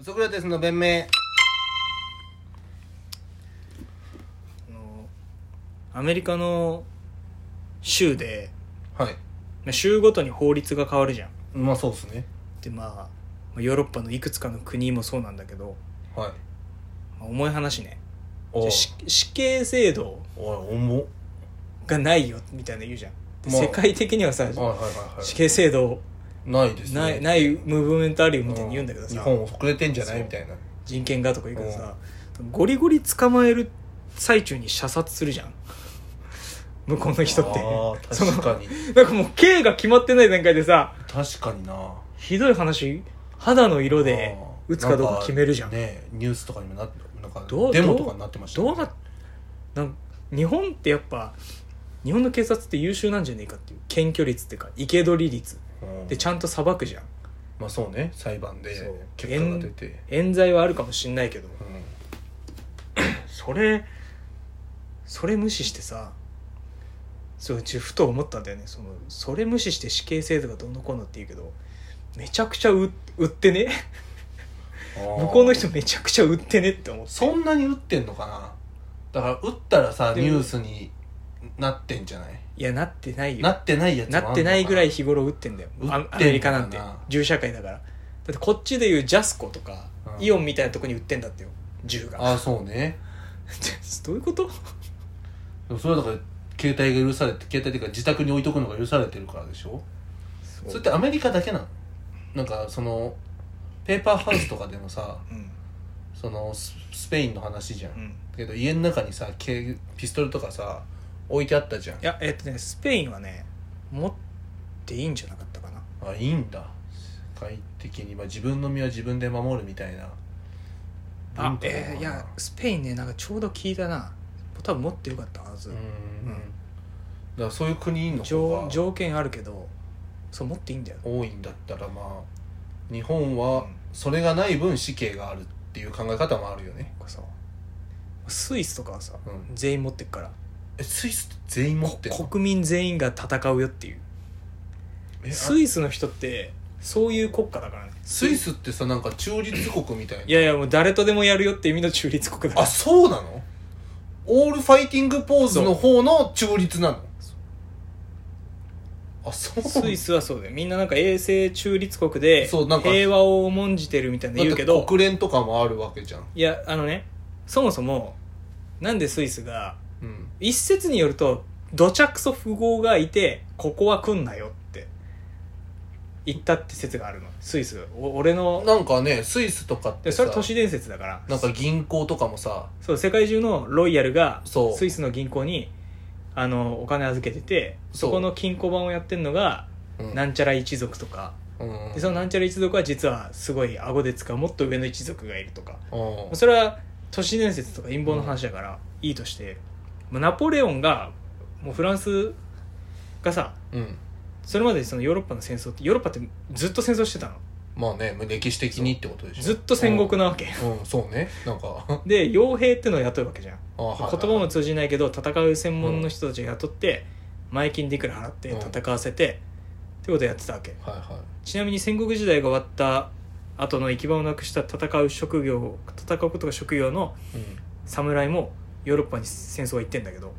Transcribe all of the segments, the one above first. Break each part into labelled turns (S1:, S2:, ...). S1: ソクラテスの弁明
S2: あのアメリカの州で
S1: はい
S2: まあ州ごとに法律が変わるじゃん
S1: まあそうですね
S2: でまあまあヨーロッパのいくつかの国もそうなんだけど、
S1: はい
S2: まあ重い話ね
S1: おう
S2: し死刑制度
S1: おい重っ
S2: がないよみたいな言うじゃん、で
S1: まあ
S2: 世界的にはさ
S1: はいはいはいは
S2: 死刑制度
S1: いないですね
S2: ない
S1: い
S2: ないムーブメントあるよみたいに言うんだけど
S1: 日
S2: さ
S1: 本遅れてんじゃない
S2: そう
S1: みたいな
S2: 人権がとか言うけどさゴリゴリ捕まえる最中に射殺するじゃん向こうの人って
S1: ああ
S2: その
S1: 確かに
S2: なんかもう刑が決まってない段階でさ
S1: 確かにな
S2: ひどい話肌の色で
S1: あー
S2: 打つかどうか決めるじゃん
S1: なかねニュースとかにもなってなんか
S2: どう
S1: デモとかになってました
S2: ど
S1: よ
S2: うななん日本ってやっぱ日本の警察って優秀なんじゃねえかっていう検挙率っていうか生け捕り率
S1: うん
S2: でちゃんと裁くじゃん
S1: まあそうね裁判
S2: そう
S1: で結果が出て
S2: 冤罪はあるかもしんないけ
S1: う
S2: ど
S1: ん
S2: それそれ無視してさそううちふと思ったんだよねそのそれ無視して死刑制度がどうのこうのって言うけどめちゃくちゃう売ってね向こうの人めちゃくちゃ売ってねって思って
S1: そんなに打ってんのかなだから打ったらさ
S2: で
S1: ニ
S2: も
S1: ュースになってんじゃない
S2: いやなってないよ
S1: なってないやつもあんのか
S2: なってないぐらい日頃打ってんだよ
S1: 打ってんのかな
S2: あアメリカなんて銃社会だからだってこっちでいうジャスコとか、
S1: うん
S2: イオンみたいなとこに売ってんだってよ銃が
S1: ああそうね
S2: どういうこと
S1: でもそれはだから携帯が許されて携帯っていうか自宅に置いとくのが許されてるからでしょそれってアメリカだけなのなんかそのペーパーハウスとかでもさ
S2: うん
S1: そのススペインの話じゃん、
S2: うん
S1: けど家の中にさけピストルとかさ置いてあったじゃん
S2: いやえっとねスペインはね持っていいんじゃなかったかな
S1: あいいんだ世界的に、まあ、自分の身は自分で守るみたいな
S2: あ
S1: 文化だから
S2: えーいやスペインねなんかちょうど聞いたな多分持ってよかったはず、
S1: うんうんだからそういう国の
S2: 条
S1: 方が
S2: 条件あるけどそう持っていいんだよ
S1: 多いんだったらまあ日本はそれがない分死刑があるっていう考え方もあるよね
S2: なんかさスイスとかはさ、
S1: うん
S2: 全員持ってっから
S1: えスイスって全員持ってんの
S2: 国民全員が戦うよっていう
S1: えあ
S2: スイスの人ってそういう国家だからね
S1: スイスってさなんか中立国みたいない
S2: やいやもう誰とでもやるよって意味の中立国だか
S1: あ
S2: ら
S1: そうなのオールファイティングポーズの方の中立なのあそう
S2: スイスはそうだよみんななんか永世中立国で
S1: そうなんか
S2: 平和を重んじてるみたいな
S1: だ
S2: 言
S1: っ
S2: うけ
S1: て
S2: ど
S1: 国連とかもあるわけじゃん
S2: いやあのねそもそもなんでスイスが
S1: うん
S2: 一説によるとどちゃくそ富豪がいてここは来んなよって言ったって説があるのスイスお俺の
S1: なんかねスイスとかっ
S2: で
S1: て
S2: そ
S1: さ
S2: れ都市伝説だから
S1: なんか銀行とかもさ
S2: そう世界中のロイヤルが
S1: そう
S2: スイスの銀行にあのお金預けてて
S1: そ
S2: そうこの金庫番をやってるのがなんちゃら一族とか、
S1: うん
S2: でそのなんちゃら一族は実はすごい顎で使うもっと上の一族がいるとか
S1: うん
S2: それは都市伝説とか陰謀の話だからいいとして、まあナポレオンがもうフランスがさ
S1: うん
S2: それまでそのヨーロッパの戦争ってヨーロッパってずっと戦争してたの
S1: まあね歴史的にってことでしょ
S2: ずっと戦国なわけ、
S1: うん、うんそうねなんか あ
S2: で傭兵っていうのを雇うわけじゃん
S1: 言
S2: 言葉も通じないけど戦う専門の人たちが雇って前金でいくら払って
S1: うん
S2: 戦わせて、ってことをやってたわけ
S1: はいは
S2: ちなみに戦国時代が終わった後の行き場をなくした戦う職業戦うことが職業の
S1: い、うん、
S2: 侍もヨーロッパに戦争は行ってんだけど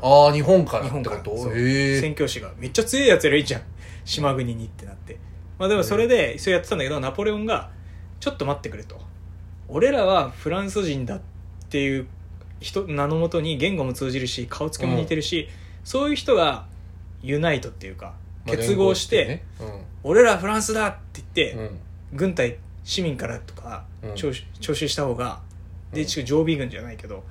S1: ああ日本から
S2: 日本
S1: って
S2: から
S1: こと
S2: そう
S1: へえ
S2: 宣教師がめっちゃ強いやつよりいいじゃん島国にってなってまあでもそれでそうやってたんだけどナポレオンがちょっと待ってくれと俺らはフランス人だっていう人名のもとに言語も通じるし顔つきも似てるし、そういう人がユナイトっていうか結合して,、俺らはフランスだって言って、
S1: うん、うん
S2: 軍隊市民からとか
S1: うん
S2: 徴収徴収した方が
S1: う
S2: で
S1: ん
S2: しかも常備軍じゃないけど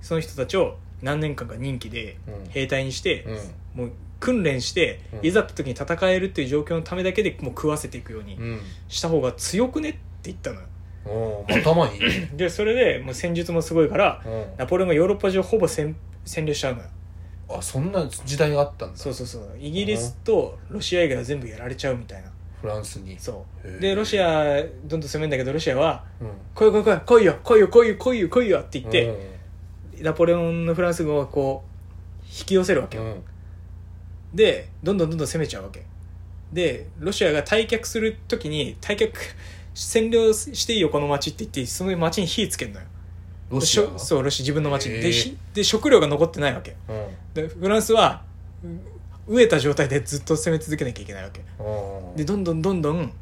S2: その人たちを何年間か任期で
S1: うん
S2: 兵隊にして、
S1: うん
S2: もう訓練して、
S1: うん
S2: いざって時に戦えるっていう状況のためだけでもう食わせていくように
S1: うんうん
S2: した方が強くねって言ったのよ
S1: おー頭いいね
S2: でそれでもう戦術もすごいから
S1: うん
S2: ナポレオンがヨーロッパ中をほぼ占占領しちゃうのよ
S1: あそんな時代があったんだ
S2: そうそうそうイギリスとロシア以外は全部やられちゃうみたいな
S1: フランスに
S2: そう
S1: へ
S2: で
S1: ー
S2: ロシアどんどん攻めんだけどロシアは
S1: うん
S2: 「来い来い来い来いよ来いよ来いよ来いよ来いよ」って言って、
S1: う
S2: ナポレオンのフランス軍をこう引き寄せるわけよ、
S1: んうん
S2: でどんどんどんどん攻めちゃうわけでロシアが退却するときに退却占領していいよこの町って言ってその町に火つけるのよ
S1: ロシア
S2: しょそうロシア自分の町に
S1: へ
S2: で
S1: え
S2: しで食料が残ってないわけ
S1: うん
S2: でフランスはう飢えた状態でずっと攻め続けなきゃいけないわけ
S1: うん
S2: でどんどんどんどん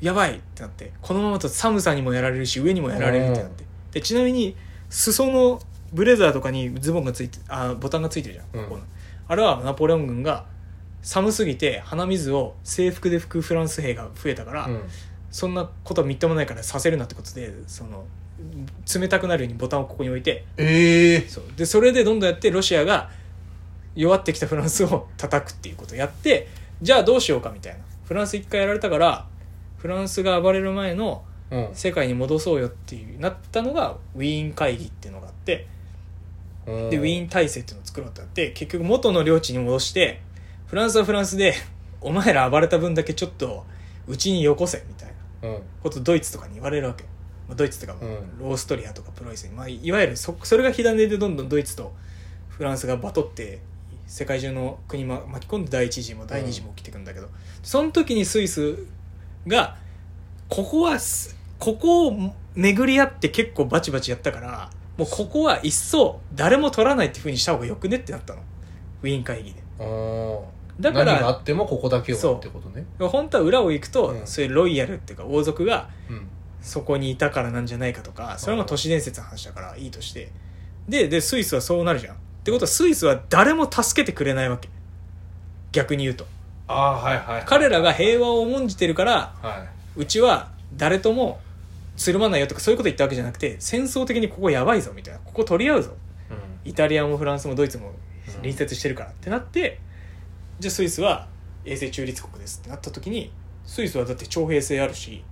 S2: やばいってなってこのままだと寒さにもやられるし上にもやられるってなってでちなみに裾のブレザーとかにズボンがついてあボタンがついてるじゃ
S1: う
S2: ん、
S1: ん
S2: ここのあれはナポレオン軍が寒すぎて鼻水を制服で拭くフランス兵が増えたから、
S1: うん
S2: そんなことはみっともないからさせるなってことでその冷たくなるようにボタンをここに置いて
S1: ええ
S2: そうでそれでどんどんやってロシアが弱ってきたフランスを叩くっていうことをやってじゃあどうしようかみたいなフランス一回やられたからフランスが暴れる前の
S1: うん
S2: 世界に戻そうよっていうなったのがウィーン会議っていうのがあってでウィー
S1: ン
S2: ン体制っていうのを作ろうってなって結局元の領地に戻してフランスはフランスでお前ら暴れた分だけちょっとうちによこせみたいな
S1: うん
S2: ことドイツとかに言われるわけ、まあ、ドイツとかも
S1: うん
S2: ローストリアとかプロイセン、まあ、いわゆるそそれが火種でどんどんドイツとフランスがバトって世界中の国も巻き込んで第一次も第二次も起きてくんだけど、その時にスイスがここはすここを巡り合って結構バチバチやったからもうここはいっそ誰も取らないっていうふうにした方がよくねってなったのウィーン会議で
S1: うん
S2: だから
S1: 何があってもここだけはってことね
S2: 本当は裏を行くと、
S1: うん
S2: そういうロイヤルっていうか王族が
S1: うん
S2: そこにいたからなんじゃないかとかそれはもう都市伝説の話だからいいとしてででスイスはそうなるじゃんってことはスイスは誰も助けてくれないわけ逆に言うと
S1: ああはいはい
S2: 彼らが平和を重んじてるから
S1: はいう
S2: ちは誰ともつるまないよとかそういうこと言ったわけじゃなくて戦争的にここやばいぞみたいなここ取り合うぞ
S1: うん
S2: イタリアもフランスもドイツ
S1: う
S2: も
S1: ん
S2: 隣接してるからってなってじゃあスイスは永世中立国ですってなった時にスイスはだって徴兵制あるし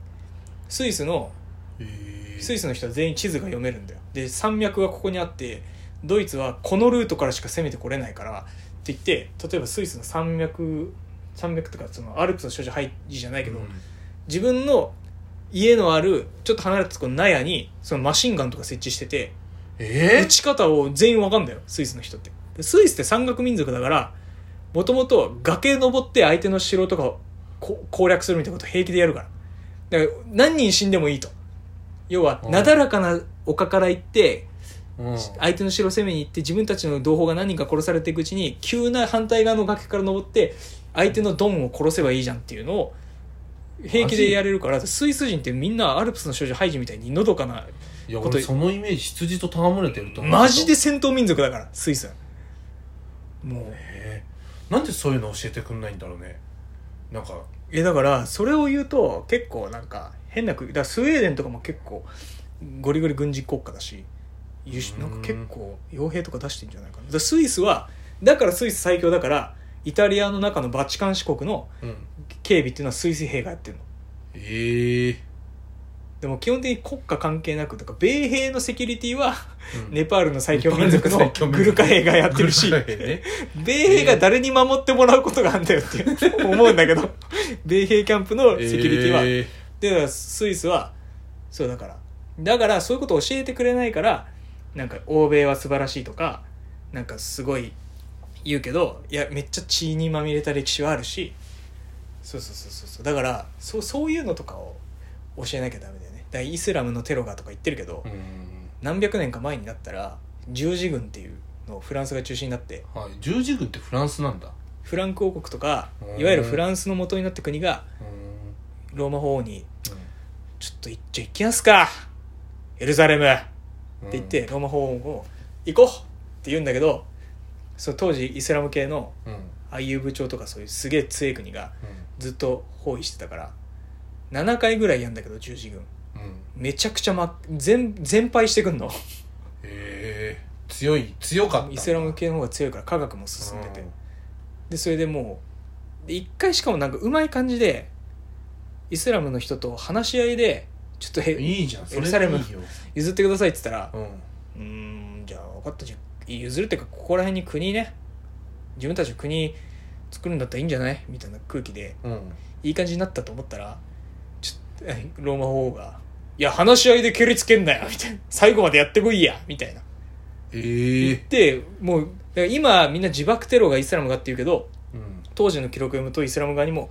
S2: スイスの
S1: ええ
S2: スイスの人は全員地図が読めるんだよで山脈がここにあってドイツはこのルートからしか攻めてこれないからって言って例えばスイスの山脈山脈とかそのアルプスの少女ハイジじゃないけど、
S1: うん
S2: 自分の家のあるちょっと離れたところの納屋にそのマシンガンとか設置してて
S1: え
S2: 撃ち方を全員わかんだよスイスの人ってでスイスって山岳民族だからもともと崖登って相手の城とかをこ攻略するみたいなこと平気でやるからだから何人死んでもいいと要は
S1: うん
S2: なだらかな丘から行って
S1: うん
S2: 相手の城を攻めに行って自分たちの同胞が何人か殺されていくうちに急な反対側の崖から登って相手のドンを殺せばいいじゃんっていうのを平気でやれるからスイス人ってみんなアルプスの少女ハイジみたいにのどかない
S1: や
S2: こと
S1: 俺そのイメージ羊と戯れてると思う
S2: マジで戦闘民族だからスイスはもう
S1: ええなんでそういうの教えてくんないんだろうねなんか
S2: えだからそれを言うと結構なんか変な国だからスウェーデンとかも結構ゴリゴリ軍事国家だし輸出
S1: うん
S2: なんか結構傭兵とか出してんじゃないかなだからスイスはだからスイス最強だからイタリアの中のバチカン市国の
S1: うん
S2: 警備っていうのはスイス兵がやってるの
S1: ええ
S2: でも基本的に国家関係なくとか米兵のセキュリティは
S1: うん
S2: ネパールの最強民族のグルカ兵がやってるし
S1: グルカ兵ね
S2: 米兵が誰に守ってもらうことがあるんだよっていう思うんだけど米兵キャンプの セキュリティは、
S1: ええ
S2: でだからスイスはそうだからだからそういうことを教えてくれないからなんか欧米は素晴らしいとかなんかすごい言うけどいやめっちゃ血にまみれた歴史はあるしそうそうそうそうそうだからそうそういうのとかを教えなきゃダメだよねだからイスラムのテロがとか言ってるけど、
S1: うん
S2: 何百年か前になったら十字軍っていうのをフランスが中心になって
S1: はい十字軍ってフランスなんだ
S2: フランク王国とか
S1: うん
S2: いわゆるフランスの元になった国が
S1: うん
S2: ローマ法王に「ちょっと行っちゃいきますかエルザレム」
S1: うん
S2: って言ってローマ法王を「行こう!」って言うんだけどその当時イスラム系の
S1: うんうん
S2: アイユ部長とかそういうすげえ強い国がずっと包囲してたから7回ぐらいやんだけど十字軍
S1: うん
S2: めちゃくちゃ、ま、全全敗してくんの
S1: ええ強い強かった
S2: イスラム系の方が強いから科学も進んでて、
S1: うん
S2: でそれでもうで一回しかもなんかうまい感じでイスラムの人と話し合いでちょっとへ
S1: いいじゃんそ
S2: エル
S1: れ
S2: サレ
S1: で
S2: ム
S1: いいよ
S2: 譲ってくださいって言ったら
S1: うん
S2: 「うーんじゃあ分かったじゃあ譲るっていうかここら辺に国ね自分たちの国作るんだったらいいんじゃない?」みたいな空気で
S1: うん
S2: いい感じになったと思ったらちょっとえローマ法王が「いや話し合いで蹴りつけんなよ」みたいな「最後までやってこいや」みたいな
S1: ええ
S2: でもうだから今みんな自爆テロがイスラムがって言うけど
S1: うん
S2: 当時の記録を読むとイスラム側にも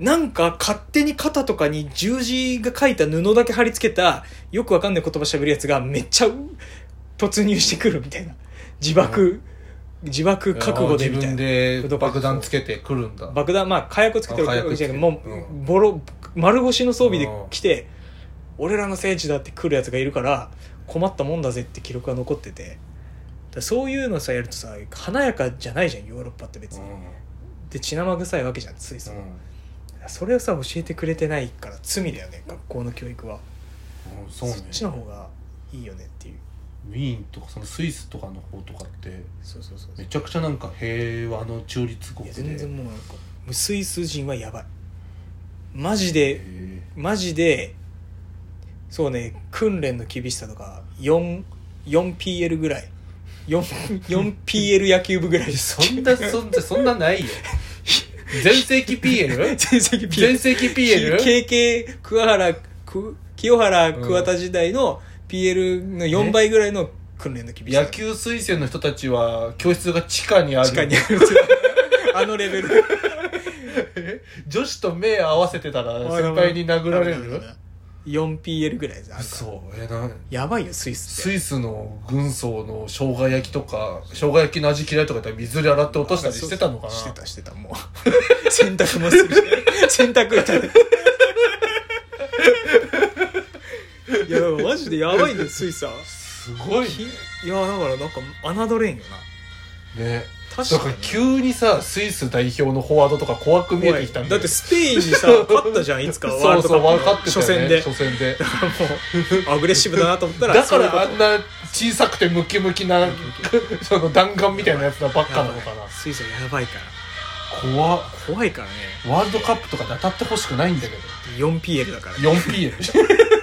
S2: なんか勝手に肩とかに十字が書いた布だけ貼り付けたよくわかんない言葉喋るやつがめっちゃう突入してくるみたいな自爆自爆覚悟でみたい
S1: 自分
S2: な
S1: で爆弾つけてくるんだ
S2: 爆弾まあ火薬をつけてる
S1: あ
S2: わ
S1: 火薬
S2: けじゃないけど
S1: つ
S2: も
S1: けて
S2: う、
S1: うん
S2: ボロ丸腰の装備で来て俺らの聖地だって来るやつがいるから困ったもんだぜって記録が残っててだからそういうのさやるとさ華やかじゃないじゃんヨーロッパって別
S1: う
S2: に、
S1: ん
S2: で血生臭いわけじゃんついさ、
S1: うん
S2: それをさ教えてくれてないから罪だよね学校の教育は
S1: うんそ
S2: そう
S1: ね
S2: っちの方がいいよねっていう
S1: ウィーンとかそのスイスとかの方とかって
S2: そうそうそう
S1: めちゃくちゃなんか平和の中立
S2: い
S1: 国
S2: や
S1: で
S2: 全然もうなんか無水数人はやばいマジで
S1: へ
S2: マジでそうね訓練の厳しさとか 4- 4PL ぐらい 4- 4PL 野球部ぐらい
S1: えそんなそんなそんなない よ全盛期 PL?
S2: 全席 PL
S1: 全盛期 PL?
S2: KK 桑原く清原桑田時代の PL の4倍ぐらいの訓練の厳しさ
S1: 野球推薦の人たちは教室が地下にある
S2: 地下にあるあのレベル
S1: 女子と目合わせてたら先輩に殴られる
S2: 4PL ぐらいですあんた
S1: そうえな
S2: やばいよスイス
S1: ス
S2: って
S1: イスの軍曹の生姜焼きとか生姜焼きの味嫌いとか言ったら水で洗って落としたりしてたのかな
S2: してたしてたもう洗濯もする し洗濯板でいやマジでやばいんだよスイスは
S1: すごい
S2: ひいやだからなんか侮れんよな
S1: ね
S2: 確
S1: だ
S2: か
S1: か
S2: に
S1: ら急にさスイス代表のフォワードとか怖く見えてきたんだ
S2: だって
S1: よ
S2: スペインにさ勝ったじゃんいつかワー
S1: そ
S2: ル
S1: うそ
S2: ドカ
S1: う分か
S2: ッ
S1: って
S2: プの初
S1: た
S2: 戦
S1: よね
S2: で
S1: 初戦で
S2: だからもうアグレッシブだなと思ったら
S1: だか
S2: そういうこ
S1: ら
S2: と
S1: あんな小さくてムキムキなその弾丸みたいなやつらばっかなのかな
S2: やばいスイスはやばいから
S1: 怖っ
S2: 怖いからね
S1: ワールドカップとかで当たってほしくないんだけど
S2: 4PL だから
S1: 4P